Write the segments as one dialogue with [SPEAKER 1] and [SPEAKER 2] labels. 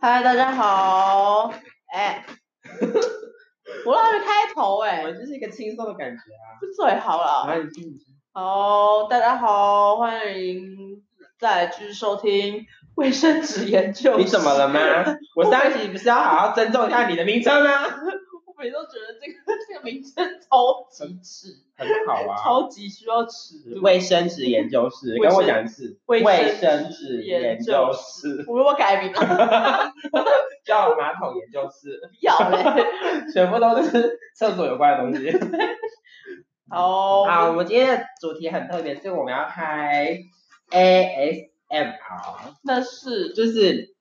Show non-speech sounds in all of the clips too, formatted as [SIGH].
[SPEAKER 1] 嗨，大家好。
[SPEAKER 2] [LAUGHS]
[SPEAKER 1] 哎，我老是开头哎、
[SPEAKER 2] 我就是一个轻松的感觉啊。
[SPEAKER 1] 是最好了。
[SPEAKER 2] 然后你听你听，
[SPEAKER 1] 好，大家好，欢迎再来继续收听卫生纸研究。
[SPEAKER 2] 你怎么？了吗？ [LAUGHS] 我上一集不是要好好尊重一下你的名称吗？
[SPEAKER 1] 我每次都觉得这个这个名称超级尺，
[SPEAKER 2] 很好 [LAUGHS] 啊。
[SPEAKER 1] 超级需要尺度。
[SPEAKER 2] 卫生纸研究室，跟我讲一次，
[SPEAKER 1] 卫
[SPEAKER 2] 卫
[SPEAKER 1] 生
[SPEAKER 2] 生纸研究室 [LAUGHS]
[SPEAKER 1] 我我改名了，
[SPEAKER 2] 叫马桶研究室，
[SPEAKER 1] 不要
[SPEAKER 2] [LAUGHS]
[SPEAKER 1] 嘞。
[SPEAKER 2] 全部都是厕所有关的东西。
[SPEAKER 1] 好，
[SPEAKER 2] [LAUGHS] 好，我们今天的主题很特别，是我们要开 ASMR，
[SPEAKER 1] 那是
[SPEAKER 2] 就是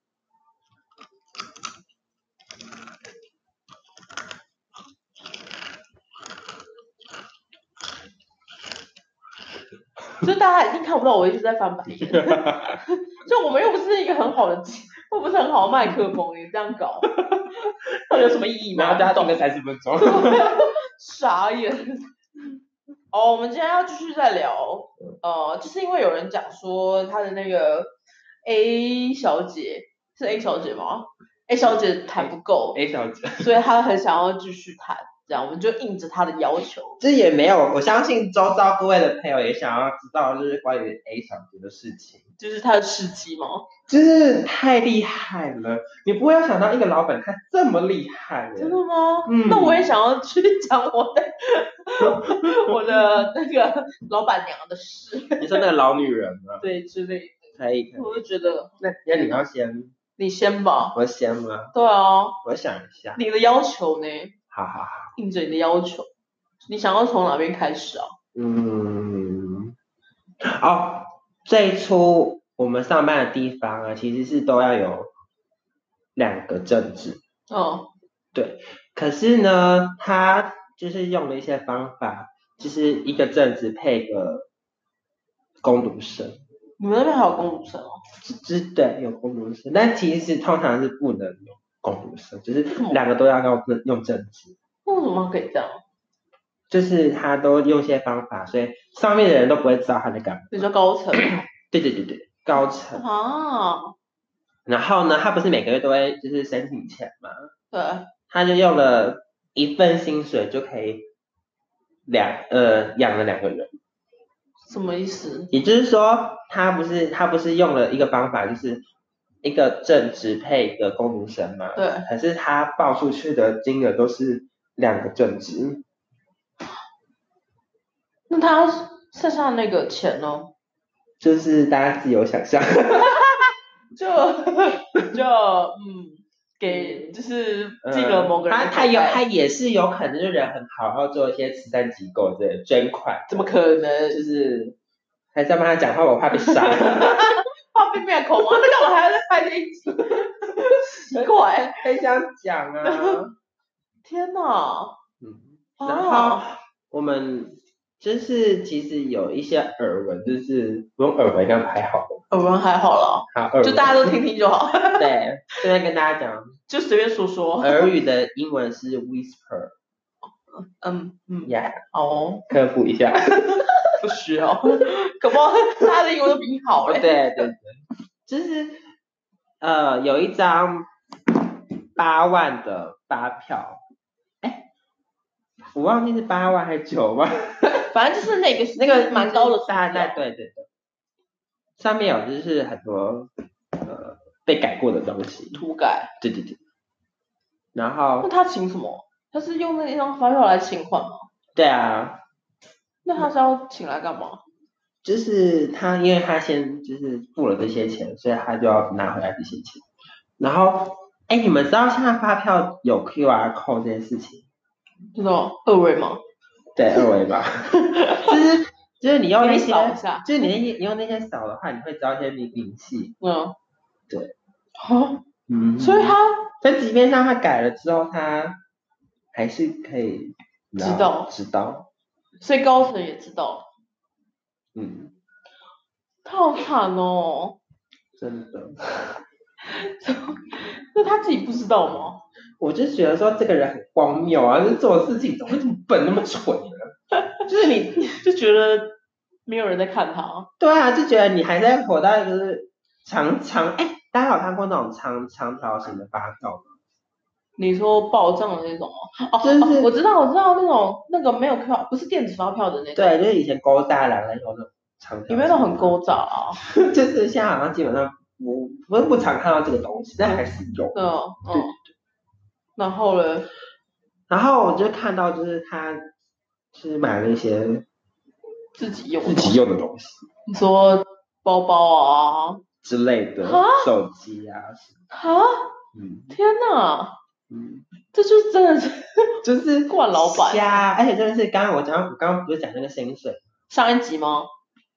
[SPEAKER 1] 就大家已经看不到我一直在翻白眼，就我们又不是一个很好的机，又不是很好的麦克风，你这样搞，到底有什么意义吗？
[SPEAKER 2] 然后大家听个三十分钟。
[SPEAKER 1] 傻眼。哦，我们今天要继续再聊，呃，就是因为有人讲说她的那个 A 小姐是 A 小姐吗？A 小姐谈不够，
[SPEAKER 2] [LAUGHS] A 小姐。
[SPEAKER 1] 所以她很想要继续谈，这样我们就应着她的要求。
[SPEAKER 2] 这也没有，我相信周遭各位的朋友也想要知道，就是关于 A 小姐的事情，
[SPEAKER 1] 就是她的事迹吗？
[SPEAKER 2] 就是太厉害了，你不会有想到一个老板他这么厉害
[SPEAKER 1] 真
[SPEAKER 2] 耶，
[SPEAKER 1] 的吗？
[SPEAKER 2] 嗯
[SPEAKER 1] 那我也想要去讲我
[SPEAKER 2] [LAUGHS]
[SPEAKER 1] 的我的那个老板娘的事，
[SPEAKER 2] [LAUGHS] 你说那个老女人吗？
[SPEAKER 1] 对之类的。
[SPEAKER 2] 可以，可以
[SPEAKER 1] 我就觉得
[SPEAKER 2] 那那你要先，
[SPEAKER 1] 你先吧。
[SPEAKER 2] 我先吗？
[SPEAKER 1] 对啊，
[SPEAKER 2] 我想一下，
[SPEAKER 1] 你的要求呢？
[SPEAKER 2] 好好好，
[SPEAKER 1] 应着你的要求，你想要从哪边开始啊？
[SPEAKER 2] 嗯，哦，最初我们上班的地方啊，其实是都要有两个政治。
[SPEAKER 1] 嗯，
[SPEAKER 2] 可是呢，他就是用了一些方法，就是一个正职配个攻读生，
[SPEAKER 1] 你们那边还有公主生哦？
[SPEAKER 2] 只只对有攻读生，但其实通常是不能有攻读生，就是
[SPEAKER 1] 什么
[SPEAKER 2] 两个都要用正用正职，
[SPEAKER 1] 那为什么可以这样？
[SPEAKER 2] 就是他都用一些方法，所以上面的人都不会知道他在干嘛。
[SPEAKER 1] 你说高层
[SPEAKER 2] 对对对对，高层。
[SPEAKER 1] 啊？
[SPEAKER 2] 然后呢，他不是每个月都会就是申请钱嘛，
[SPEAKER 1] 对，
[SPEAKER 2] 他就用了一份薪水就可以两呃养了两个人。
[SPEAKER 1] 什么意思？
[SPEAKER 2] 也就是说，他不是他不是用了一个方法，就是一个正职配一个工读生嘛。
[SPEAKER 1] 对，
[SPEAKER 2] 可是他报出去的金额都是两个正职，
[SPEAKER 1] 那他剩下的那个钱呢？
[SPEAKER 2] 就是大家自由想
[SPEAKER 1] [LAUGHS]
[SPEAKER 2] 象。
[SPEAKER 1] 就就 [LAUGHS] 嗯，给就是进了某个人
[SPEAKER 2] 嗯他
[SPEAKER 1] 的
[SPEAKER 2] 啊他有
[SPEAKER 1] 口袋
[SPEAKER 2] 他也是有可能就人很好，然后做一些慈善机构之类的捐款，
[SPEAKER 1] 怎么可
[SPEAKER 2] 就
[SPEAKER 1] 能？
[SPEAKER 2] 是还是要帮他讲话，我怕被
[SPEAKER 1] [LAUGHS]
[SPEAKER 2] 杀。
[SPEAKER 1] 怕被灭口吗？那干嘛还要再拍这一
[SPEAKER 2] [LAUGHS]
[SPEAKER 1] 集？奇怪，
[SPEAKER 2] 很想讲啊，
[SPEAKER 1] [LAUGHS] 天哪！
[SPEAKER 2] 嗯。然后
[SPEAKER 1] 啊，
[SPEAKER 2] 我们就是其实有一些耳闻，就是不用耳闻应该还好，
[SPEAKER 1] 耳闻还好啦，
[SPEAKER 2] 好耳闻
[SPEAKER 1] 就大家都听听就好， [LAUGHS]
[SPEAKER 2] [LAUGHS] 对。现在跟大家讲，
[SPEAKER 1] 就随便说说。
[SPEAKER 2] 耳语的英文是 whisper，
[SPEAKER 1] 嗯嗯，
[SPEAKER 2] 呀、
[SPEAKER 1] 好哦，
[SPEAKER 2] 科普一下。
[SPEAKER 1] 不需要， [LAUGHS] 搞不好大家的英文都比你好
[SPEAKER 2] 哦对
[SPEAKER 1] 嘞。
[SPEAKER 2] 对对，就是呃有一张八万的发票，哎，我忘记是八万还是九万，
[SPEAKER 1] 反正就是那个
[SPEAKER 2] 那个
[SPEAKER 1] 蛮高的
[SPEAKER 2] 大
[SPEAKER 1] 量
[SPEAKER 2] 概对对对，上面有就是很多呃被改过的东西，
[SPEAKER 1] 涂改。
[SPEAKER 2] 对对对，然
[SPEAKER 1] 那
[SPEAKER 2] 后
[SPEAKER 1] 他请什么？他是用那张发票来请款吗？
[SPEAKER 2] 对啊，
[SPEAKER 1] 那他是要请来干嘛？
[SPEAKER 2] 就是他，因为他先就是付了这些钱，所以他就要拿回来这些钱。然后，哎，你们知道现在发票有 QR code 这件事情？
[SPEAKER 1] 那种二维吗？
[SPEAKER 2] 对，二维码，就是就是你用那
[SPEAKER 1] 哦给你
[SPEAKER 2] 些
[SPEAKER 1] 扫一下，
[SPEAKER 2] 就是你那些你用那些扫的话，你会知道一些明明细。
[SPEAKER 1] 嗯，
[SPEAKER 2] 对。
[SPEAKER 1] 好，
[SPEAKER 2] 嗯
[SPEAKER 1] 所以他
[SPEAKER 2] 但即便像他改了之后，他还是可以你
[SPEAKER 1] 知道
[SPEAKER 2] 知道，
[SPEAKER 1] 所以高层也知道，
[SPEAKER 2] 嗯，
[SPEAKER 1] 他好惨哦。
[SPEAKER 2] 真的。
[SPEAKER 1] 那他自己不知道吗？
[SPEAKER 2] 我就觉得说这个人很荒谬啊，就是做的事情怎么会这么笨那么蠢呢？就是你
[SPEAKER 1] 就觉得没有人在看他，
[SPEAKER 2] 对啊，就觉得你还在活到一个就是长长哎，大家有看过那种长长条形的发票吗？
[SPEAKER 1] 你说报账的那种吗？哦，
[SPEAKER 2] 就是
[SPEAKER 1] 哦我知道，我知道那种那个没有票，不是电子发票的那种，
[SPEAKER 2] 对，就是以前勾大栏那种那种长条形
[SPEAKER 1] 里面
[SPEAKER 2] 的
[SPEAKER 1] 都很勾诈啊。
[SPEAKER 2] [LAUGHS] 就是现在好像基本上我不是不常看到这个东西，但还是有。
[SPEAKER 1] 嗯
[SPEAKER 2] 对
[SPEAKER 1] 嗯。然后呢？
[SPEAKER 2] 然后我就看到就是他就是买了一些
[SPEAKER 1] 自己用的
[SPEAKER 2] 自己用的东西
[SPEAKER 1] 你说包包啊？
[SPEAKER 2] 之类的
[SPEAKER 1] 啊，
[SPEAKER 2] 手机啊，
[SPEAKER 1] 啊！
[SPEAKER 2] 嗯
[SPEAKER 1] 天哪，
[SPEAKER 2] 嗯，
[SPEAKER 1] 这就真的是 [LAUGHS]
[SPEAKER 2] 就是
[SPEAKER 1] 惯老板
[SPEAKER 2] 瞎，而且真的是刚刚我讲，我刚刚不是讲那个薪水，
[SPEAKER 1] 上一集吗？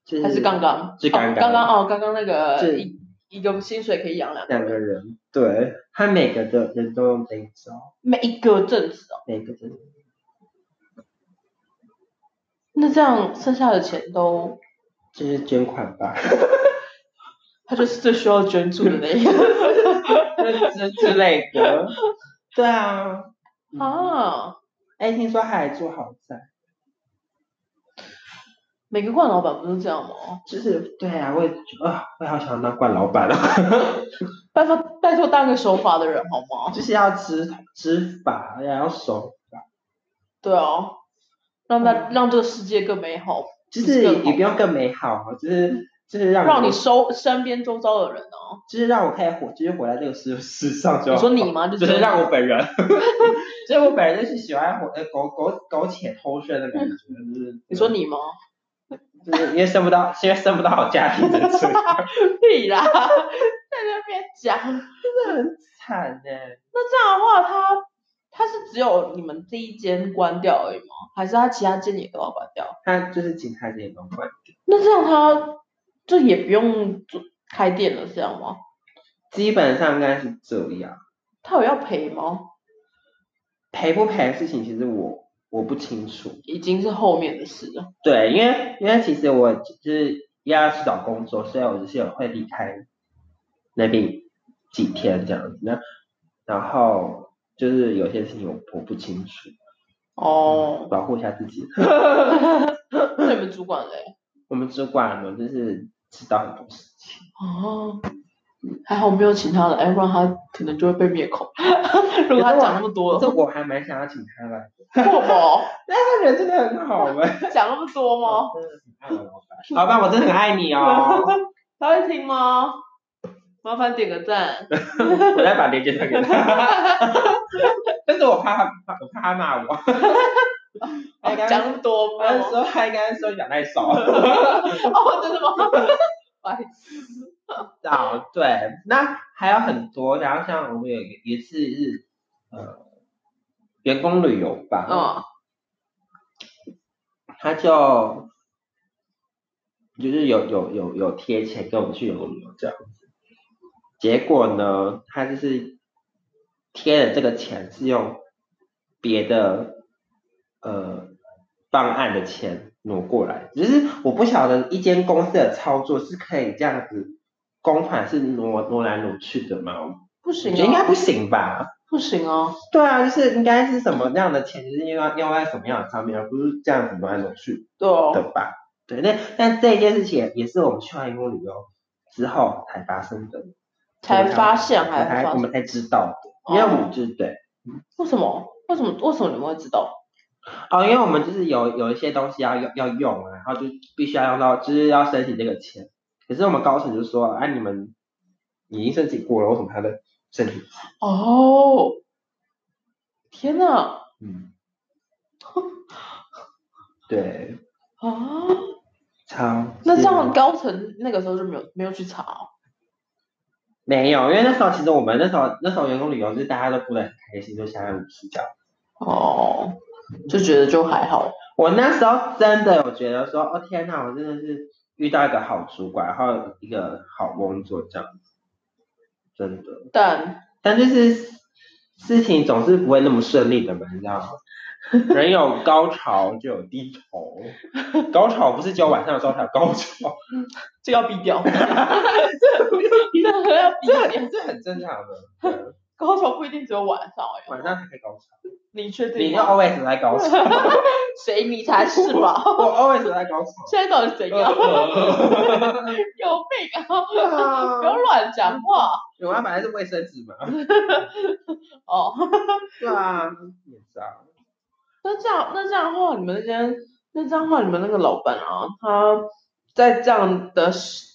[SPEAKER 2] 就是
[SPEAKER 1] 还是刚刚？
[SPEAKER 2] 是刚
[SPEAKER 1] 哦
[SPEAKER 2] 刚
[SPEAKER 1] 刚刚哦，刚刚那个
[SPEAKER 2] 是
[SPEAKER 1] 一一个薪水可以养两个
[SPEAKER 2] 两个人，对他每个的人都用这一招，
[SPEAKER 1] 每一个正职哦。
[SPEAKER 2] 每个真的
[SPEAKER 1] 那这样剩下的钱都，
[SPEAKER 2] 就是捐款吧，
[SPEAKER 1] 他就是最需要捐助的那一
[SPEAKER 2] [LAUGHS]
[SPEAKER 1] 个
[SPEAKER 2] [LAUGHS] 之之类的，对啊，嗯
[SPEAKER 1] 啊。
[SPEAKER 2] 哎，听说他还住豪宅，
[SPEAKER 1] 每个惯老板不是这样吗？
[SPEAKER 2] 就是对啊，我也觉得啊，我也好想当惯老板啊， [LAUGHS]
[SPEAKER 1] 拜托拜托当个守法的人好吗？
[SPEAKER 2] 就是要知知法，也要守法，
[SPEAKER 1] 对啊，让
[SPEAKER 2] 嗯
[SPEAKER 1] 他让这个世界更美好，
[SPEAKER 2] 就是
[SPEAKER 1] 更
[SPEAKER 2] 也
[SPEAKER 1] 好
[SPEAKER 2] 也不用更美好嘛，就是就是让
[SPEAKER 1] 让
[SPEAKER 2] 我
[SPEAKER 1] 你收身边周遭的人哦、
[SPEAKER 2] 就是让我可以活，就是活在这个世世上就
[SPEAKER 1] 你
[SPEAKER 2] 好。
[SPEAKER 1] 说你吗？就
[SPEAKER 2] 啊 [LAUGHS] 就是
[SPEAKER 1] 是
[SPEAKER 2] 让我
[SPEAKER 1] [LAUGHS]
[SPEAKER 2] 本人，所以我本人就是喜欢活呃苟苟苟且偷生的感觉，就是
[SPEAKER 1] 你说
[SPEAKER 2] [LAUGHS]
[SPEAKER 1] 你吗？
[SPEAKER 2] 就是因为生不到，因为生不到好家庭的这样，
[SPEAKER 1] [LAUGHS] 屁啦，在那边讲。
[SPEAKER 2] 真的很惨哎、
[SPEAKER 1] 那这样的话，他他是只有你们这一间关掉而已吗？还是他其他间也都要关掉？
[SPEAKER 2] 他就是警察也能管，
[SPEAKER 1] 那这样他就也不用做开店了，是这样吗？
[SPEAKER 2] 基本上应该是这样。
[SPEAKER 1] 他有要赔吗？
[SPEAKER 2] 赔不赔的事情，其实我我不清楚。
[SPEAKER 1] 已经是后面的事了。
[SPEAKER 2] 对，因为因为其实我就是要去找工作，所以我就是有会离开那边几天这样子。那然后就是有些事情我我不清楚，
[SPEAKER 1] 哦，
[SPEAKER 2] 保护一下自己。
[SPEAKER 1] 那你们主管嘞？
[SPEAKER 2] 我们主管呢，就是知道很多事情，
[SPEAKER 1] 哦，还好没有请他来，不然他可能就会被灭口。如果他讲那么多
[SPEAKER 2] 这
[SPEAKER 1] 了，
[SPEAKER 2] 我还蛮想要请他来，
[SPEAKER 1] 过吗？
[SPEAKER 2] 但他人真的很好 [LAUGHS] 哎、
[SPEAKER 1] 讲那么多吗？
[SPEAKER 2] 我真的很爱我老板，老板我真的很爱你 [LAUGHS] 哦。
[SPEAKER 1] 他会听吗？麻烦点个赞。
[SPEAKER 2] 我再把链接传给他， [LAUGHS] 但是我怕他，我怕他骂我。他刚
[SPEAKER 1] 讲那么多
[SPEAKER 2] 他
[SPEAKER 1] 吗？
[SPEAKER 2] 说他应该说讲太少。
[SPEAKER 1] 哦，真的吗？白痴。
[SPEAKER 2] 哦，对，那还有很多，然后像我们有一一次是呃员工旅游吧，
[SPEAKER 1] 嗯，
[SPEAKER 2] 他就就是有有有有贴钱跟我们去游旅游这样子，结果呢，他就是贴的这个钱是用别的呃方案的钱挪过来，只是我不晓得一间公司的操作是可以这样子公款是挪挪来挪去的吗？
[SPEAKER 1] 不
[SPEAKER 2] 我
[SPEAKER 1] 行
[SPEAKER 2] 觉
[SPEAKER 1] 啊，
[SPEAKER 2] 得应该不行吧？
[SPEAKER 1] 不行啊。
[SPEAKER 2] 对啊，就是应该是什么样的钱，就是用要用在什么样的上面，而不是这样子挪来挪去。
[SPEAKER 1] 对哦，
[SPEAKER 2] 的吧？对，啊那但这一件事情也也是我们去完英国旅游之后才发生的，
[SPEAKER 1] 才发现
[SPEAKER 2] 我
[SPEAKER 1] 还
[SPEAKER 2] 们才
[SPEAKER 1] 发哦
[SPEAKER 2] 我
[SPEAKER 1] 现。
[SPEAKER 2] 们才知道的，因为我们就是对
[SPEAKER 1] 为什么？为什么？为什么你们会知道？
[SPEAKER 2] 哦，因为我们就是有有一些东西要用要用啊，然后就必须要用到，就是要申请这个钱。可是我们高层就说，啊，你们已经申请过了，为什么还在申请？
[SPEAKER 1] 哦，天哪！
[SPEAKER 2] 嗯， [LAUGHS] 对，
[SPEAKER 1] 啊，
[SPEAKER 2] 超
[SPEAKER 1] 那
[SPEAKER 2] 级
[SPEAKER 1] 这样高层那个时候就没有没有去查哦、
[SPEAKER 2] 没有，因为那时候其实我们那时候那时候员工旅游就是大家都过得很开心，就相安无事这样。
[SPEAKER 1] 哦，就觉得就还好。
[SPEAKER 2] 我那时候真的有觉得说，哦天哪，我真的是遇到一个好主管，然后一个好工作这样子，真的。
[SPEAKER 1] 但
[SPEAKER 2] 但就是事情总是不会那么顺利的嘛，你知道吗？人有高潮就有低潮，高潮不是只有晚上的时候才有高潮，
[SPEAKER 1] 这个要毙掉，这个要
[SPEAKER 2] 这
[SPEAKER 1] 毙掉。
[SPEAKER 2] 很这很正常的，对
[SPEAKER 1] 高潮不一定只有晚上哎、
[SPEAKER 2] 晚上才可以高潮。
[SPEAKER 1] 你确
[SPEAKER 2] 你
[SPEAKER 1] 定
[SPEAKER 2] 就
[SPEAKER 1] 吗？
[SPEAKER 2] always 在搞什么？
[SPEAKER 1] 谁你才是吧？
[SPEAKER 2] [LAUGHS] 我 always 在搞什么？
[SPEAKER 1] 现在到底怎
[SPEAKER 2] 啊
[SPEAKER 1] 样？有病啊！
[SPEAKER 2] 对啊
[SPEAKER 1] 不要乱讲话
[SPEAKER 2] 有啊，本来是卫生纸嘛。
[SPEAKER 1] 哦。 [LAUGHS]
[SPEAKER 2] 对啊， [LAUGHS] 也知道。
[SPEAKER 1] 那这样，那这样的话，你们那间，那这样的话，你们那个老板啊，他在这样的时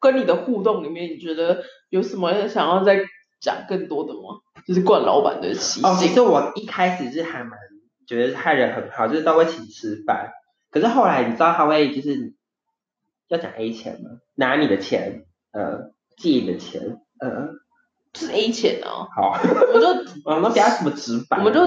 [SPEAKER 1] 跟你的互动里面，你觉得有什么想要再讲更多的吗？就是冠老板的习
[SPEAKER 2] 哦，其
[SPEAKER 1] 性。
[SPEAKER 2] 实我一开始是还蛮觉得他人很好，就是都会请吃饭。可是后来你知道他会就是要讲 A 钱吗？拿你的钱，呃，借你的钱，呃，
[SPEAKER 1] 就是 A 钱啊，
[SPEAKER 2] 好，
[SPEAKER 1] 我们 [LAUGHS] 就
[SPEAKER 2] 我们不要这么直白，
[SPEAKER 1] 我们就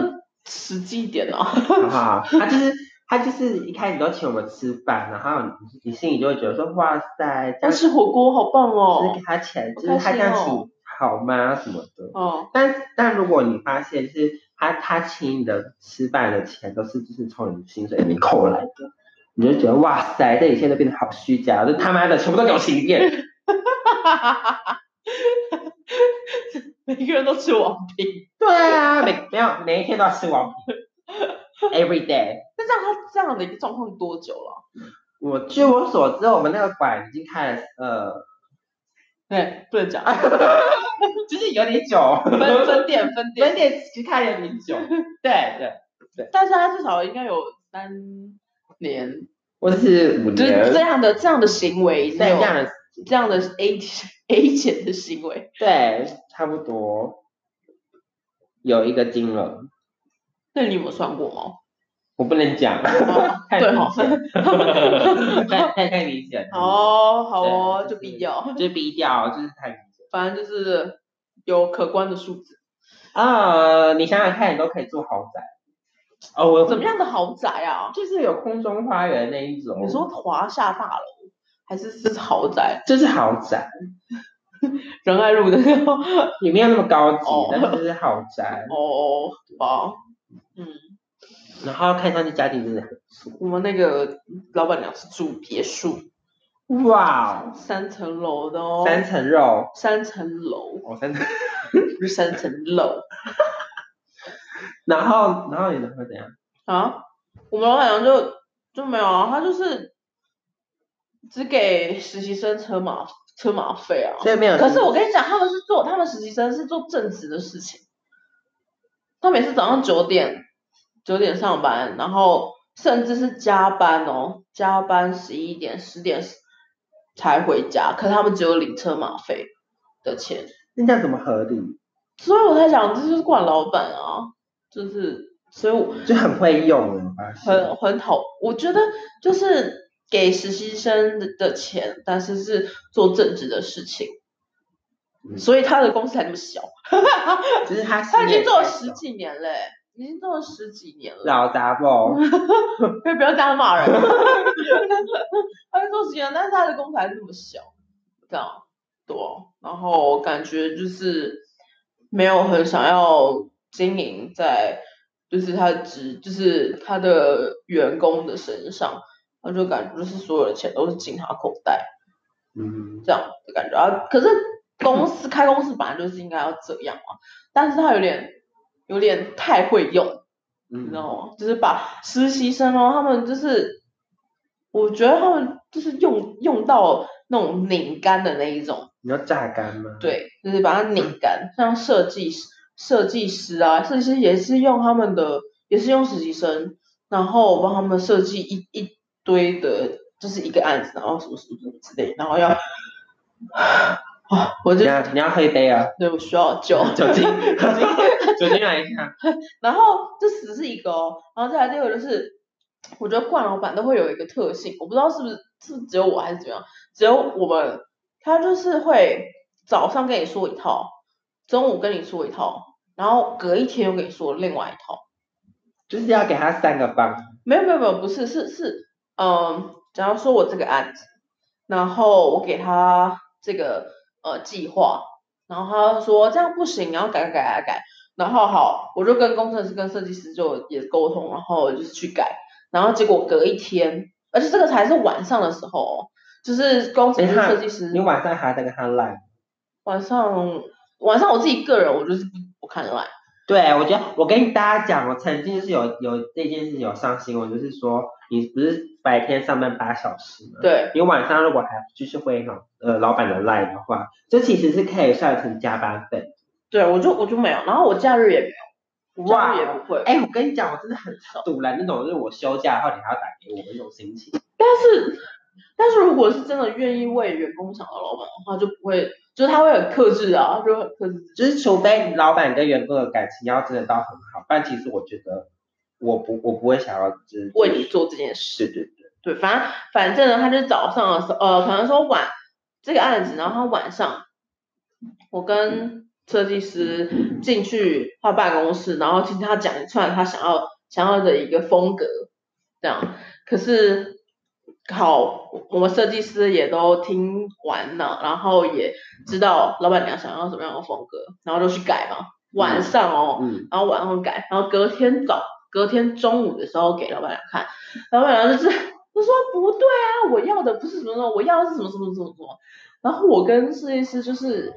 [SPEAKER 1] 实际一点啊。
[SPEAKER 2] [LAUGHS] 好不好？他就是他就是一开始都请我们吃饭，然后你心里就会觉得说哇塞，这
[SPEAKER 1] 要
[SPEAKER 2] 样子
[SPEAKER 1] 吃火锅好棒
[SPEAKER 2] 就是
[SPEAKER 1] 哦
[SPEAKER 2] 给。他钱，
[SPEAKER 1] 好
[SPEAKER 2] 就是他
[SPEAKER 1] 开
[SPEAKER 2] 这
[SPEAKER 1] 心哦
[SPEAKER 2] 样请好吗什么的。
[SPEAKER 1] 哦， [LAUGHS]
[SPEAKER 2] 但但如果你发现是他他请你的吃饭的钱都是就是从你的薪水里面扣来的，你就觉得哇塞，这一切都变得好虚假，这他妈的全部都给我请遍。 [LAUGHS]
[SPEAKER 1] 每个人都吃王品。
[SPEAKER 2] 对啊，每没有每一天都要吃王品，every day。
[SPEAKER 1] 那这样他这样的一个状况多久了？
[SPEAKER 2] 我据我所知，我们那个馆已经开了呃，
[SPEAKER 1] 对，不能讲。
[SPEAKER 2] 就是有点久，
[SPEAKER 1] 分分店分
[SPEAKER 2] 有
[SPEAKER 1] 店，
[SPEAKER 2] 点其实开了有点久。对对，
[SPEAKER 1] 但是他至少应该有三年
[SPEAKER 2] 我是五
[SPEAKER 1] 就是
[SPEAKER 2] 年
[SPEAKER 1] 这样的这样的行为，
[SPEAKER 2] 这样的，
[SPEAKER 1] 这样的 A [LAUGHS] A 钱的行为，
[SPEAKER 2] 对，差不多有一个金额。
[SPEAKER 1] 那你有没有算过吗？
[SPEAKER 2] 我不能 [LAUGHS] 讲，太
[SPEAKER 1] 对
[SPEAKER 2] 明
[SPEAKER 1] 哦
[SPEAKER 2] 显，太太太明显了，
[SPEAKER 1] 哦，好哦，就
[SPEAKER 2] 对就是
[SPEAKER 1] 比较，
[SPEAKER 2] 就是低调，就是太明显。
[SPEAKER 1] 反正就是有可观的数字。
[SPEAKER 2] 啊，你想想看，你都可以住豪宅。哦，我
[SPEAKER 1] 怎么？样的豪宅啊？
[SPEAKER 2] 就是有空中花园那一种。
[SPEAKER 1] 你说华夏大楼还是是豪宅？
[SPEAKER 2] 就是豪宅，
[SPEAKER 1] 仁爱路的 [LAUGHS] 那种？
[SPEAKER 2] 也没有那么高级，
[SPEAKER 1] 哦
[SPEAKER 2] 但是就是豪宅，
[SPEAKER 1] 哦，好吧，嗯，
[SPEAKER 2] 然后看上去家庭真的很
[SPEAKER 1] 我们那个老板娘是住别墅，
[SPEAKER 2] 哇，哦
[SPEAKER 1] 三层楼的哦，
[SPEAKER 2] 三层肉，
[SPEAKER 1] 三层楼，
[SPEAKER 2] 哦三层，
[SPEAKER 1] 不是三层楼
[SPEAKER 2] 然后然后你能会怎样？
[SPEAKER 1] 啊，我们老板娘就就没有啊，她就是只给实习生车马车马费啊。
[SPEAKER 2] 所以没有，
[SPEAKER 1] 可是我跟你讲，他们是做他们实习生是做正职的事情，他每次早上九点九点上班，然后甚至是加班哦，加班十一点十点才回家，可他们只有领车马费的钱，
[SPEAKER 2] 那这样怎么合理？
[SPEAKER 1] 所以我才想这就是管老板啊，就是所以我
[SPEAKER 2] 就很会用，我发现。
[SPEAKER 1] 很很好，我觉得就是给实习生的的钱，但是是做正职的事情，
[SPEAKER 2] 嗯
[SPEAKER 1] 所以他的公司才那么小，
[SPEAKER 2] 就是他
[SPEAKER 1] 他已经做了十
[SPEAKER 2] 心里也在
[SPEAKER 1] 几年嘞、已经做了十几年了，
[SPEAKER 2] 老杂 [LAUGHS] 货。
[SPEAKER 1] 可以不要这样骂人， [LAUGHS] 他在做实习生，但是他的公司还是那么小，这样对啊、然后感觉就是没有很想要经营在就是他的职就是他的员工的身上，他就感觉就是所有的钱都是进他口袋
[SPEAKER 2] 嗯，
[SPEAKER 1] 这样的感觉啊。可是公司开公司本来就是应该要这样嘛，但是他有点有点太会用，你
[SPEAKER 2] 嗯
[SPEAKER 1] 知，道吗？就是把实习生哦，他们就是，我觉得他们就是用用到那种拧干的那一种，
[SPEAKER 2] 你要榨干吗？，
[SPEAKER 1] 对，就是把它拧干。像设计师、设计师啊，设计师也是用他们的，也是用实习生，然后帮他们设计一一堆的，就是一个案子，然后什么什么什么之类，然后要， [SIGHS] 啊，我
[SPEAKER 2] 你
[SPEAKER 1] 就
[SPEAKER 2] 要你要喝一杯啊，
[SPEAKER 1] 对我需要酒。
[SPEAKER 2] [LAUGHS] 酒精，酒精，酒精来一下。
[SPEAKER 1] 然后这只是一个哦，然后再来第二个就是，我觉得冠老板都会有一个特性，我不知道是不是是不是只有我还是怎么样，只有我们他就是会早上跟你说一套，中午跟你说一套，然后隔一天又跟你说另外一套，
[SPEAKER 2] 就是要给他三个方，
[SPEAKER 1] 没有没有没有，不是是是，嗯，假如说我这个案子，然后我给他这个呃计划，然后他说这样不行，然后改改改改改，然后好，我就跟工程师跟设计师就也沟通，然后就是去改，然后结果隔一天，而且这个才是晚上的时候哦，就是工程师
[SPEAKER 2] 等一下
[SPEAKER 1] 设计师
[SPEAKER 2] 你晚上还在跟他赖，
[SPEAKER 1] 晚上晚上我自己个人我就是不不看 line，
[SPEAKER 2] 对，我觉得我跟大家讲，我曾经是有有这件事情有上新闻，就是说你不是白天上班八小时吗？
[SPEAKER 1] 对，
[SPEAKER 2] 你晚上如果还就是会老呃老板的 line 的话，这其实是可以算成加班费。
[SPEAKER 1] 对我就我就没有，然后我假日也没有，假日也不会。
[SPEAKER 2] 哎、我跟你讲，我真的很堵然那种，就是我休假后你还要打给我那种心情。
[SPEAKER 1] 但是但是如果是真的愿意为员工想到老板的话，就不会，就是他会很克制啊，就会很克制。
[SPEAKER 2] 就是除非老板跟员工的感情要真的到很好，但其实我觉得我不我不会想要就是
[SPEAKER 1] 为你做这件
[SPEAKER 2] 对
[SPEAKER 1] 事。
[SPEAKER 2] 对对，
[SPEAKER 1] 对，反正反正呢，他就是早上的时候，呃，可能说晚这个案子，然后他晚上，我跟设计师进去他办公室，然后听他讲一串他想要想要的一个风格，这样。可是好，我们设计师也都听完了，然后也知道老板娘想要什么样的风格，然后就去改嘛。晚上哦，
[SPEAKER 2] 嗯，
[SPEAKER 1] 然后晚上改，然后隔天早隔天中午的时候给老板娘看，老板娘就是就说 [LAUGHS] 不对啊，我要的不是什么什么，我要的是什么什么什么什么。然后我跟设计师就是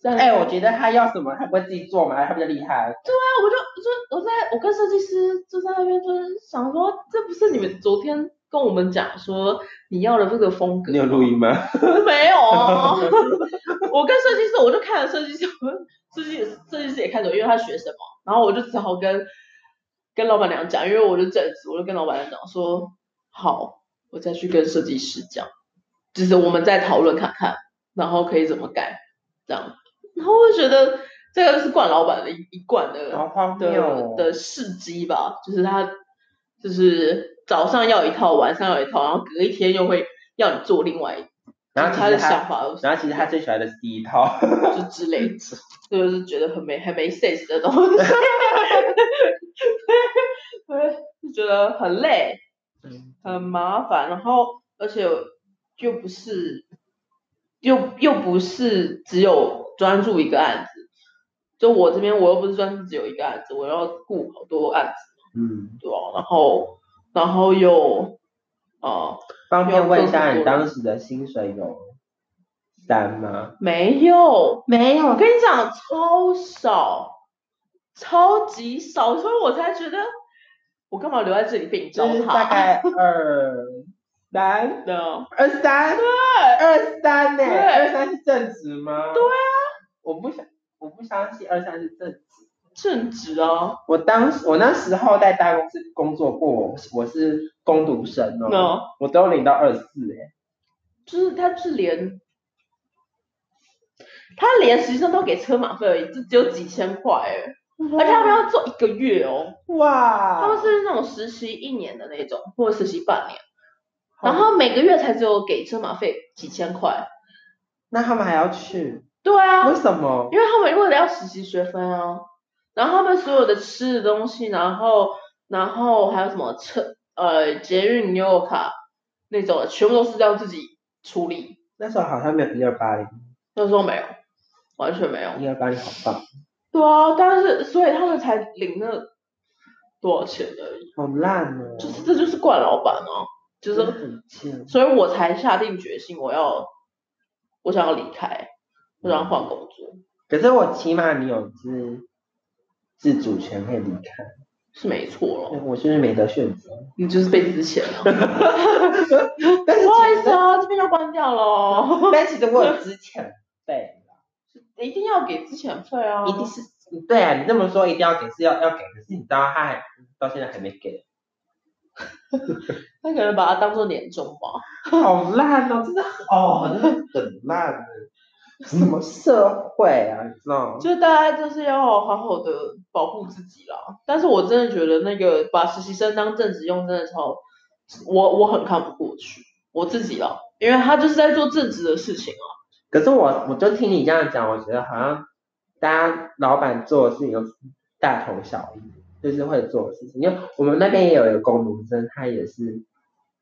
[SPEAKER 1] 在
[SPEAKER 2] 哎、我觉得他要什么，他不会自己做吗？他比较厉害。
[SPEAKER 1] 啊我就就我在我跟设计师就在那边就是想说，这不是你们昨天跟我们讲说你要的这个风格吗，
[SPEAKER 2] 你有录音吗？
[SPEAKER 1] [LAUGHS] 没有啊，我跟设计师，我就看了设计师，设计设计师也看着我，因为他学生嘛，然后我就只好跟跟老板娘讲，因为我就正直，我就跟老板娘讲说，好，我再去跟设计师讲，就是我们再讨论看看，然后可以怎么改，这样，然后我就觉得这个是惯老板的一一贯的
[SPEAKER 2] 好荒谬
[SPEAKER 1] 的
[SPEAKER 2] 哦！
[SPEAKER 1] 的事迹吧，就是他就是早上要一套，晚上要一套，然后隔一天又会要你做另外一，
[SPEAKER 2] 然后
[SPEAKER 1] 他
[SPEAKER 2] 其
[SPEAKER 1] 的
[SPEAKER 2] 实他，
[SPEAKER 1] 想法都是
[SPEAKER 2] 然后其实他最喜欢的是第
[SPEAKER 1] [LAUGHS]
[SPEAKER 2] 一套。
[SPEAKER 1] 就之类
[SPEAKER 2] 嗯
[SPEAKER 1] 的，就是觉得很没很没 sense 的东西，对，就觉得很累，很麻烦，然后而且又不是又又不是只有专注一个案子，就我这边我又不是专注只有一个案子，我要顾好多案子。
[SPEAKER 2] 嗯，
[SPEAKER 1] 对啊，然后然后又呃
[SPEAKER 2] 方便问一下你当时的薪水有三吗？
[SPEAKER 1] 没有，
[SPEAKER 2] 没有
[SPEAKER 1] 我跟你讲超少，超级少，所以我才觉得我干嘛留在这里被你糟
[SPEAKER 2] 就是
[SPEAKER 1] 蹋？
[SPEAKER 2] 大概二三
[SPEAKER 1] 的
[SPEAKER 2] 二三，二三呢？
[SPEAKER 1] 对
[SPEAKER 2] 二三是正值吗？对啊，我不想，我不相信二三是正值。
[SPEAKER 1] 正直啊，
[SPEAKER 2] 我当时我那时候在大公司工作过，我我是工读生哦，
[SPEAKER 1] 嗯
[SPEAKER 2] 我都领到二四哎，
[SPEAKER 1] 就是他就是连他连实习生都给车马费而已，就只有几千块哎，
[SPEAKER 2] 啊
[SPEAKER 1] 而且他们要做一个月哦，
[SPEAKER 2] 哇，
[SPEAKER 1] 他们是那种实习一年的那种，或者实习半年。
[SPEAKER 2] 哦
[SPEAKER 1] 然后每个月才只有给车马费几千块，
[SPEAKER 2] 那他们还要去，
[SPEAKER 1] 对啊，
[SPEAKER 2] 为什么？
[SPEAKER 1] 因为他们为了要实习学分啊，然后他们所有的吃的东西，然后然后还有什么车呃捷运悠游卡那种的，全部都是要自己处理。
[SPEAKER 2] 那时候好像没有一二八零，
[SPEAKER 1] 那时候没有，完全没有。
[SPEAKER 2] 一二八零好棒，
[SPEAKER 1] 对啊，但是所以他们才领了多少钱而已，
[SPEAKER 2] 好烂哦，
[SPEAKER 1] 就是这就是惯老板啊，就
[SPEAKER 2] 真的
[SPEAKER 1] 是
[SPEAKER 2] 很贱，
[SPEAKER 1] 所以我才下定决心，我要我想要离开，我想要换工作，
[SPEAKER 2] 可是我起码你有自自主权可以离开，
[SPEAKER 1] 是没错了，
[SPEAKER 2] 我就是没得选择。
[SPEAKER 1] 你就是被之前了。
[SPEAKER 2] 但是
[SPEAKER 1] 不好
[SPEAKER 2] 其
[SPEAKER 1] 意
[SPEAKER 2] 实
[SPEAKER 1] 思啊，这边要关掉喽。
[SPEAKER 2] [LAUGHS] 但其实我有之前费，
[SPEAKER 1] 一定要给之前费啊，
[SPEAKER 2] 一定是对啊，你这么说一定要给是要要给，可是你知道他还到现在还没给，
[SPEAKER 1] 他可能把它当做年终吧。
[SPEAKER 2] 好烂哦，真的很哦，真的很烂，欸什么社会啊，你知道吗？
[SPEAKER 1] 就大家就是要好好的保护自己啦。但是我真的觉得那个把实习生当正职用，真的超，我我很看不过去我自己啦，因为他就是在做正职的事情啊。
[SPEAKER 2] 可是我我就听你这样讲，我觉得好像大家老板做的事情都是大同小异，就是会做的事情。因为我们那边也有一个工读生，他也是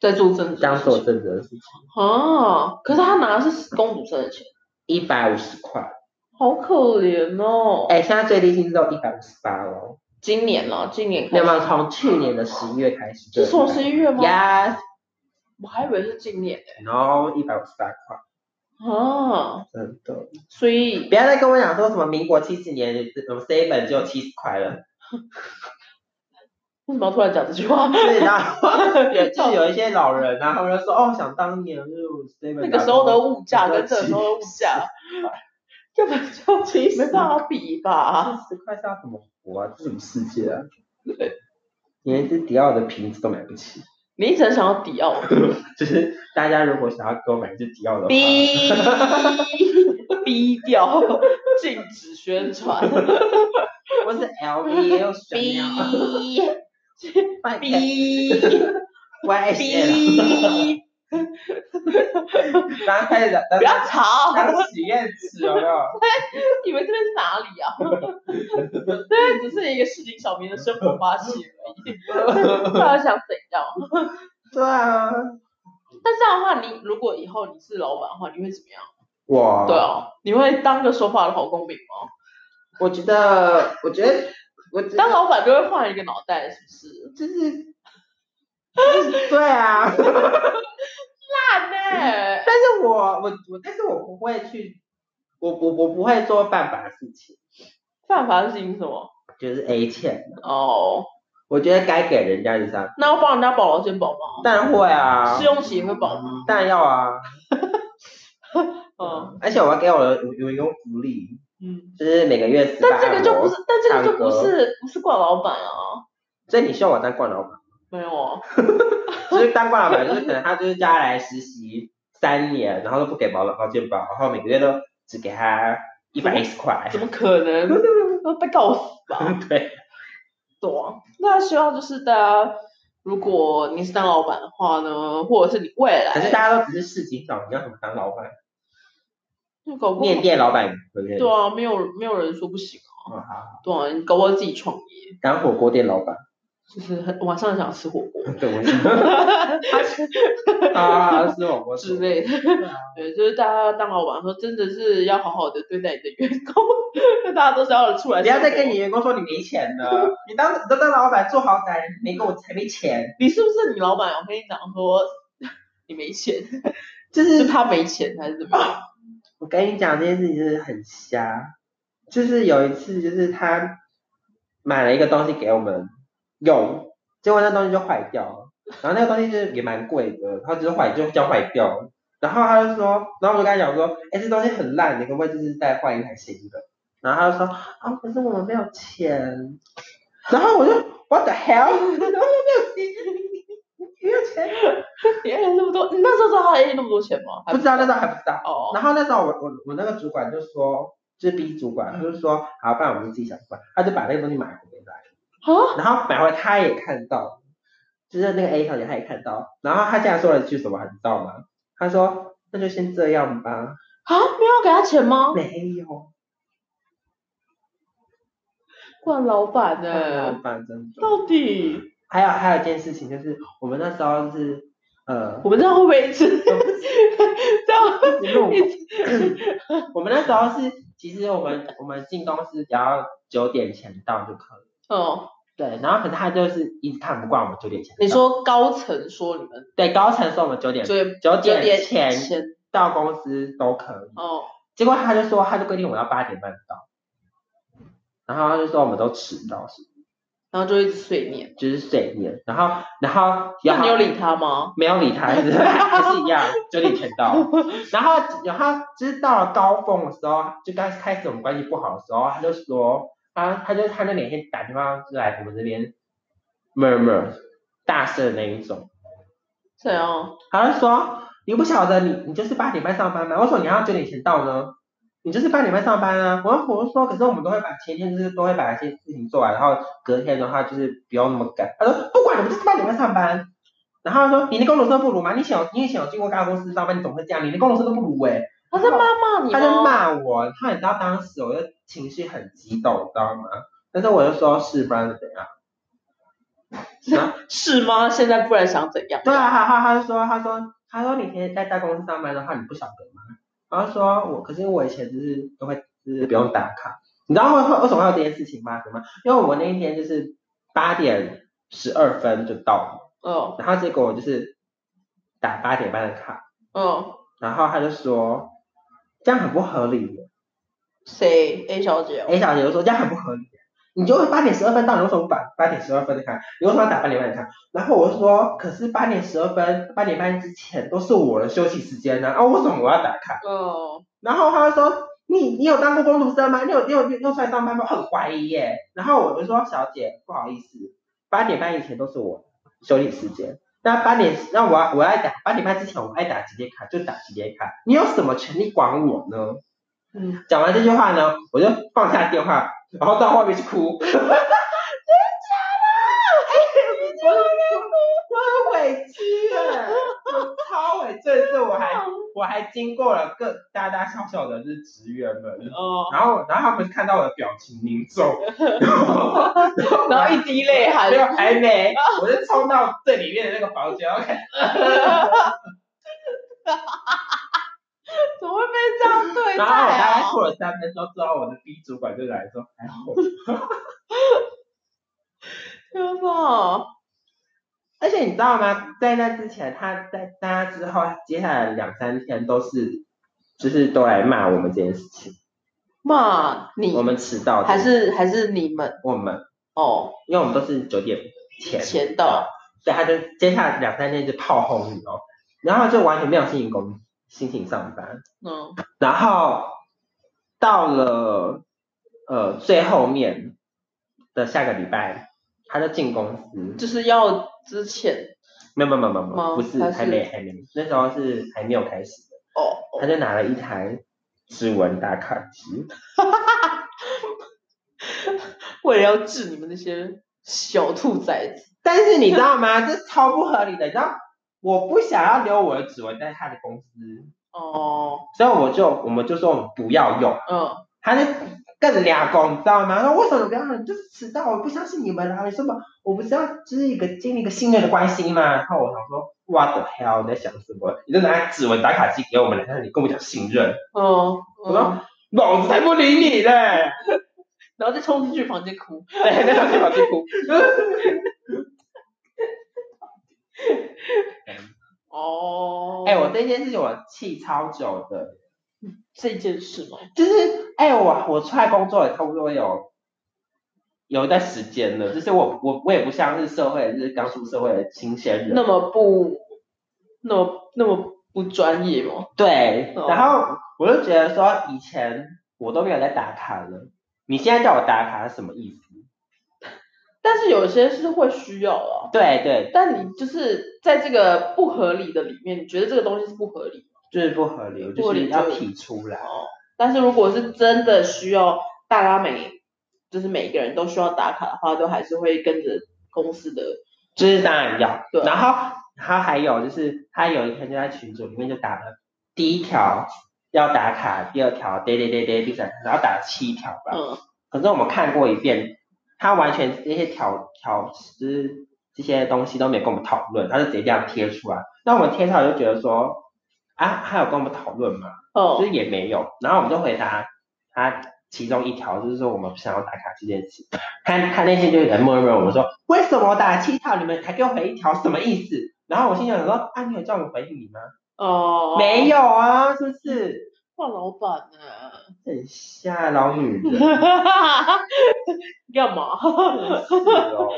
[SPEAKER 1] 在做正职
[SPEAKER 2] 这样
[SPEAKER 1] 的事
[SPEAKER 2] 做
[SPEAKER 1] 情
[SPEAKER 2] 正职的事情，
[SPEAKER 1] 啊，可是他拿的是公主生的钱，
[SPEAKER 2] 一百五十块，
[SPEAKER 1] 好可怜哦。
[SPEAKER 2] 哎，现在最低薪资都一百五十八了，哦
[SPEAKER 1] 今年呢、今年
[SPEAKER 2] 那
[SPEAKER 1] 开始
[SPEAKER 2] 么从去年的十一月开始就有
[SPEAKER 1] 是从
[SPEAKER 2] 100
[SPEAKER 1] 十一月吗
[SPEAKER 2] Yes，
[SPEAKER 1] 我还以为是今年呢、
[SPEAKER 2] 然后一百五十八块，
[SPEAKER 1] 啊，
[SPEAKER 2] 真的。
[SPEAKER 1] 所以
[SPEAKER 2] 不要再跟我讲说什么民国七十年，我们 seven 只有七十块了， [LAUGHS]
[SPEAKER 1] 为什么要突然讲这句 [LAUGHS] 话？
[SPEAKER 2] 所以然 [LAUGHS] 后有就是有一些老人啊，他们就说哦，想当年就是我 seven
[SPEAKER 1] 那个时候的物价
[SPEAKER 2] 都
[SPEAKER 1] 跟这个时候的物价， [LAUGHS] 根本就
[SPEAKER 2] 七
[SPEAKER 1] 没
[SPEAKER 2] 十
[SPEAKER 1] 办法比吧？
[SPEAKER 2] 七十块是要怎么活啊？这什么世界啊？ [LAUGHS] 连一只迪奥的瓶子都买不起，
[SPEAKER 1] [LAUGHS] 你一直很想要哦迪 [LAUGHS] 奥，
[SPEAKER 2] 就是大家如果想要给我买一只迪奥的话，
[SPEAKER 1] 逼逼掉，禁止宣传， [LAUGHS]
[SPEAKER 2] 我是 [LAUGHS] LV 也有
[SPEAKER 1] 逼
[SPEAKER 2] Chanel，
[SPEAKER 1] [LAUGHS] 逼 [LAUGHS]
[SPEAKER 2] YSL，
[SPEAKER 1] 逼，
[SPEAKER 2] 然后开始
[SPEAKER 1] [LAUGHS] 不要吵， [LAUGHS]
[SPEAKER 2] 当许愿池有没有？
[SPEAKER 1] 你们这边是哪里啊？ [LAUGHS] 这只是一个市井小民的生活发泄而已， [LAUGHS] 大家想怎样？
[SPEAKER 2] 对啊，
[SPEAKER 1] 但这样的话，你如果以后你是老板的话，你会怎么样？
[SPEAKER 2] 哇，
[SPEAKER 1] 对啊，你会当个守法的好公民吗？
[SPEAKER 2] 我觉得，我觉得，我觉
[SPEAKER 1] 当
[SPEAKER 2] 得
[SPEAKER 1] 老板就会换一个脑袋，是不是？
[SPEAKER 2] 就是，对啊，但
[SPEAKER 1] 烂呢、
[SPEAKER 2] 是我我我，但是我不会去，我我我不会做犯法的事情，
[SPEAKER 1] 犯法的事情是什么？
[SPEAKER 2] 就是 A 欠，
[SPEAKER 1] 哦，
[SPEAKER 2] 我觉得该给人家就是这样，
[SPEAKER 1] 那要帮人家保劳健保吗？
[SPEAKER 2] 当然会啊
[SPEAKER 1] 试，用期也会保吗？
[SPEAKER 2] 当然要啊，
[SPEAKER 1] 嗯
[SPEAKER 2] 而且我要给我的员工福利，
[SPEAKER 1] 嗯。
[SPEAKER 2] 就是每个月十八，
[SPEAKER 1] 但这个就不是，但这个就不
[SPEAKER 2] 唱歌
[SPEAKER 1] 是不是惯老板啊，
[SPEAKER 2] 所以你希望我当冠老板，
[SPEAKER 1] 没有啊，
[SPEAKER 2] 就是当冠老板，就是可能他就是叫他来实习三年，然后都不给保劳保健保，然后每个月都只给他一百一十块
[SPEAKER 1] 怎，么可能？ [LAUGHS] 被告死吧？
[SPEAKER 2] [LAUGHS] 对。
[SPEAKER 1] 对啊，那希望就是大家，如果你是当老板的话呢，或者是你未来，
[SPEAKER 2] 可是大家都只是市井小民，要怎么当老板？
[SPEAKER 1] 那搞不好
[SPEAKER 2] 面店老板对不对？
[SPEAKER 1] 对啊，没有没有人说不行啊，
[SPEAKER 2] 嗯好
[SPEAKER 1] 对啊，你搞不好自己创业，
[SPEAKER 2] 当火锅店老板， [LAUGHS]
[SPEAKER 1] 就是很晚上想吃火锅
[SPEAKER 2] 对，我
[SPEAKER 1] [LAUGHS]
[SPEAKER 2] 想啊，是火锅
[SPEAKER 1] 之类的，
[SPEAKER 2] 对啊
[SPEAKER 1] [LAUGHS] 对，就是大家当老板的时候，真的是要好好的对待你的员工，就大家都是要出来，
[SPEAKER 2] 不要再跟你，员工说你没钱了，你当你都当老板做好歹，没给我才没钱，
[SPEAKER 1] 你是不是你老板？啊我跟你讲说，你没钱，
[SPEAKER 2] 就
[SPEAKER 1] 就是
[SPEAKER 2] 是
[SPEAKER 1] 他没钱还是怎么样？
[SPEAKER 2] 我跟你讲这件事情真的很瞎，就是有一次就是他买了一个东西给我们用，结果那东西就坏掉了，然后那个东西就是也蛮贵的，它只是坏就叫坏掉了。然后他就说，然后我就跟他讲说，哎，这东西很烂，你可不可以就是再换一台新的？然后他就说，啊、可是我们没有钱。然后我就 What the [LAUGHS] hell？我没有钱，没有钱，
[SPEAKER 1] 你还有那么多，你那时候知道他 A 那么多钱吗？还
[SPEAKER 2] 不知道那时候还不知道。
[SPEAKER 1] 哦，
[SPEAKER 2] 然后那时候我我我那个主管就说，就是 B 主管，他就说，好，不然我们自己想办法，他就把那个东西买回来，
[SPEAKER 1] 啊，
[SPEAKER 2] 然后买回来他也看到，就是那个 A 小姐她也看到，然后她竟然说了一句什么，你知道吗？她说那就先这样吧，
[SPEAKER 1] 啊，没有给他钱吗？
[SPEAKER 2] 没有，
[SPEAKER 1] 惯老板呢、
[SPEAKER 2] 老板真的。
[SPEAKER 1] 到底
[SPEAKER 2] 还有还有一件事情就是，我们那时候是呃 [LAUGHS]
[SPEAKER 1] 我，们这样会不会一直这样？ [LAUGHS]
[SPEAKER 2] 一直录我们那时候是其实我们我们进公司只要九点前到就可以了。
[SPEAKER 1] 嗯，
[SPEAKER 2] 对，然后可是他就是一直看不惯我们九点前。
[SPEAKER 1] 你说高层说你们
[SPEAKER 2] 对，高层说我们九点
[SPEAKER 1] 九点
[SPEAKER 2] 九
[SPEAKER 1] 九
[SPEAKER 2] 点
[SPEAKER 1] 点
[SPEAKER 2] 前
[SPEAKER 1] 前
[SPEAKER 2] 到公司都可以，
[SPEAKER 1] 哦，
[SPEAKER 2] 结果他就说他就规定我要八点半到，然后他就说我们都迟到，
[SPEAKER 1] 然后就一直碎念。
[SPEAKER 2] 就是睡眠，然后然后
[SPEAKER 1] 那
[SPEAKER 2] 然后
[SPEAKER 1] 你有理他
[SPEAKER 2] [LAUGHS]
[SPEAKER 1] 吗？
[SPEAKER 2] 没有理他，
[SPEAKER 1] [LAUGHS]
[SPEAKER 2] 就是还是一样九点前到，然后然后就是到了高峰的时候，就刚开始我们关系不好的时候，他就说啊，他就他就每天打电话就来我们这边 murmur 大声的那一种。
[SPEAKER 1] 怎样？
[SPEAKER 2] 他就说你不晓得你你就是八点半上班吗？为什么你要九点前到呢？你就是八点半上班啊！我我就说，可是我们都会把前一天就是都会把一些事情做完，然后隔天的话就是不用那么赶。他说不管你们就是八点半上班，然后他说你的工作生不如吗？你想你也想进过大公司上班，你怎么会这样？你的工作生都不如哎、
[SPEAKER 1] 他在骂骂你吗？哦
[SPEAKER 2] 他就骂我，他你知道当时我就情绪很激动，你知道吗？但是我就说是不然怎样？然后
[SPEAKER 1] 是吗？现在不然想怎样？
[SPEAKER 2] 对啊，他他他就说他说他说你以前在大公司上班的话，你不晓得吗？然后说我可是我以前就是都会就是不用打卡，你知道会会为什么会有这件事情发生吗？因为我那一天就是八点十二分就到
[SPEAKER 1] 嗯
[SPEAKER 2] 了，然后结果我就是打八点半的卡，
[SPEAKER 1] 嗯，
[SPEAKER 2] 然后他就说这样很不合理。哦
[SPEAKER 1] 谁 A 小姐、哦？
[SPEAKER 2] A 小姐就说这样很不合理，你就八点十二分到，你为什么不把八点十二分的看？你为什么要打八点半的看？然后我就说，可是八点十二分、八点半之前都是我的休息时间呢、啊，为什么我要打卡？
[SPEAKER 1] 嗯，
[SPEAKER 2] 然后他就说，你你有当过工读生吗？你有你有你有出来上班吗？我很怀疑耶。然后我就说，小姐不好意思，八点半以前都是我休息时间。那八点，那我要我要打八点半之前，我爱打几点卡就打几点卡，你有什么权利管我呢？
[SPEAKER 1] 嗯，
[SPEAKER 2] 讲完这句话呢，我就放下电话，然后到外面去哭。真的假的？我我很委屈哎，我超委屈。这次我还我还经过了各大大小小的就是职员们，
[SPEAKER 1] 哦，
[SPEAKER 2] 然后然后他们看到我的表情凝 [LAUGHS] 重，然后
[SPEAKER 1] 然后一滴泪
[SPEAKER 2] 还
[SPEAKER 1] 还
[SPEAKER 2] 没 [LAUGHS] 有还没，哎我就冲到最里面的那个房间，然后看
[SPEAKER 1] 怎么会被这样对待
[SPEAKER 2] 然后我大概
[SPEAKER 1] 啊？
[SPEAKER 2] 过了三分钟之后，我的 B 主管就来说，还好
[SPEAKER 1] 天哪！
[SPEAKER 2] 而且你知道吗？在那之前，他在在那之后，接下来两三天都是，就是都来骂我们这件事情，
[SPEAKER 1] 骂你
[SPEAKER 2] 我们迟到的
[SPEAKER 1] 还是还是你们
[SPEAKER 2] 我们，
[SPEAKER 1] 哦，
[SPEAKER 2] 因为我们都是九点前，
[SPEAKER 1] 前到
[SPEAKER 2] 所以他就接下来两三天就炮轰你哦，然后就完全没有心情工心情上班，
[SPEAKER 1] 嗯
[SPEAKER 2] 然后到了呃最后面的下个礼拜，他就进公司，
[SPEAKER 1] 就是要之前
[SPEAKER 2] 没有没有没有没
[SPEAKER 1] 吗
[SPEAKER 2] 有，不是
[SPEAKER 1] 还是
[SPEAKER 2] 还没还没，那时候是还没有开始。
[SPEAKER 1] 哦，
[SPEAKER 2] 他就拿了一台指纹打卡机，
[SPEAKER 1] 为了要治你们那些小兔崽子，
[SPEAKER 2] 但是你知道吗？这超不合理的，你知道？我不想要留我的指纹在他的公司，
[SPEAKER 1] 哦，
[SPEAKER 2] 所以我就我们就说我们不要用，
[SPEAKER 1] 嗯，
[SPEAKER 2] 他就更俩公，你知道吗？说为什么不要用？你就是迟到，我不相信你们啊！你说嘛，我不是要就是一个建立一个信任的关系嘛？然后我想说，what the hell？你在想什么？你就拿指纹打卡机给我们，然后你跟我讲信任，
[SPEAKER 1] 嗯，
[SPEAKER 2] 我
[SPEAKER 1] 嗯
[SPEAKER 2] 说老子才不理你嘞！ [LAUGHS]
[SPEAKER 1] 然后再冲进去房间哭，
[SPEAKER 2] 对，那个
[SPEAKER 1] [LAUGHS]
[SPEAKER 2] 地方就哭。
[SPEAKER 1] 哦，
[SPEAKER 2] 哎、我这件事情我气超久的，
[SPEAKER 1] 这件事吗？
[SPEAKER 2] 就是哎、我我出来工作也差不多有有一段时间了，就是我我我也不像是社会，就是刚出社会的新鲜人
[SPEAKER 1] 那，么不，那么那么不专业吗？
[SPEAKER 2] 对，
[SPEAKER 1] 哦
[SPEAKER 2] 然后我就觉得说以前我都没有在打卡了，你现在叫我打卡是什么意思？
[SPEAKER 1] 但是有些是会需要的啊、
[SPEAKER 2] 对对，
[SPEAKER 1] 但你就是在这个不合理的里面，你觉得这个东西是不合理的
[SPEAKER 2] 就是不合理，我
[SPEAKER 1] 不合
[SPEAKER 2] 就
[SPEAKER 1] 理
[SPEAKER 2] 是要
[SPEAKER 1] 就
[SPEAKER 2] 提出来。
[SPEAKER 1] 哦。但是如果是真的需要大家每，就是每个人都需要打卡的话，都还是会跟着公司的，
[SPEAKER 2] 就是当然要。
[SPEAKER 1] 对啊
[SPEAKER 2] 然后他还有就是，他有一天就在群组里面就打了第一条要打卡，第二条 day day day day，第三条然后打了七条吧。
[SPEAKER 1] 嗯
[SPEAKER 2] 可是我们看过一遍，他完全那些条条就是这些东西都没有跟我们讨论，他就直接这样贴出来。那我们贴出来就觉得说，啊，他有跟我们讨论吗？就
[SPEAKER 1] 哦
[SPEAKER 2] 是也没有。然后我们就回答他其中一条，就是说我们不想要打卡这件事。 [LAUGHS] 他他那天就很默默，我们说为什么我打了七条，你们才给我回一条，什么意思？然后我心想说，啊，你有叫我回应你吗？
[SPEAKER 1] 哦，
[SPEAKER 2] 没有啊，是不是？
[SPEAKER 1] 换老板呢、 [LAUGHS]
[SPEAKER 2] 很吓老女人，
[SPEAKER 1] 哈，干嘛？
[SPEAKER 2] 真是哦。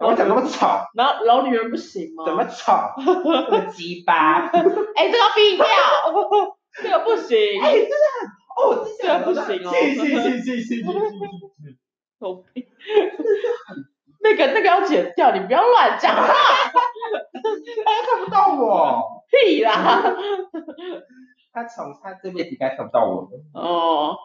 [SPEAKER 2] 我怎么那么吵？
[SPEAKER 1] 然后老女人不行吗？
[SPEAKER 2] 怎么吵？这么鸡巴？
[SPEAKER 1] 哎、这个毙
[SPEAKER 2] [LAUGHS]
[SPEAKER 1] 掉，这个不行，
[SPEAKER 2] 哎，真的很，哦，这
[SPEAKER 1] 这不行哦
[SPEAKER 2] 去去去去去去。
[SPEAKER 1] 有病。那个那个要剪掉，你不要乱讲话
[SPEAKER 2] 看不到我，
[SPEAKER 1] 屁
[SPEAKER 2] [LAUGHS]
[SPEAKER 1] 啦！
[SPEAKER 2] 他从他这边应该看不到我了。
[SPEAKER 1] 哦，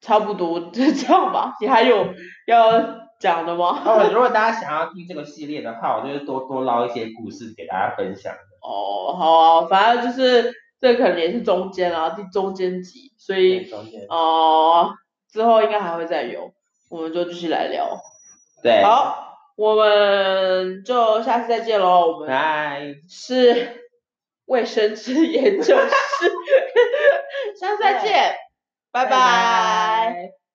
[SPEAKER 1] 差不多就这样吧。你还有要讲的吗？
[SPEAKER 2] 哦，如果大家想要听这个系列的话，我就是多多捞一些故事给大家分享。
[SPEAKER 1] 哦，好啊，反正就是这可能也是中间啊，第中间集，
[SPEAKER 2] 嗯
[SPEAKER 1] 所以
[SPEAKER 2] 中间
[SPEAKER 1] 哦、之后应该还会再有，我们就继续来聊。
[SPEAKER 2] 对，，
[SPEAKER 1] 好，我们就下次再见喽。我们
[SPEAKER 2] 拜。
[SPEAKER 1] 是卫生纸 [LAUGHS] 研究室，下次再见，拜拜。
[SPEAKER 2] 拜拜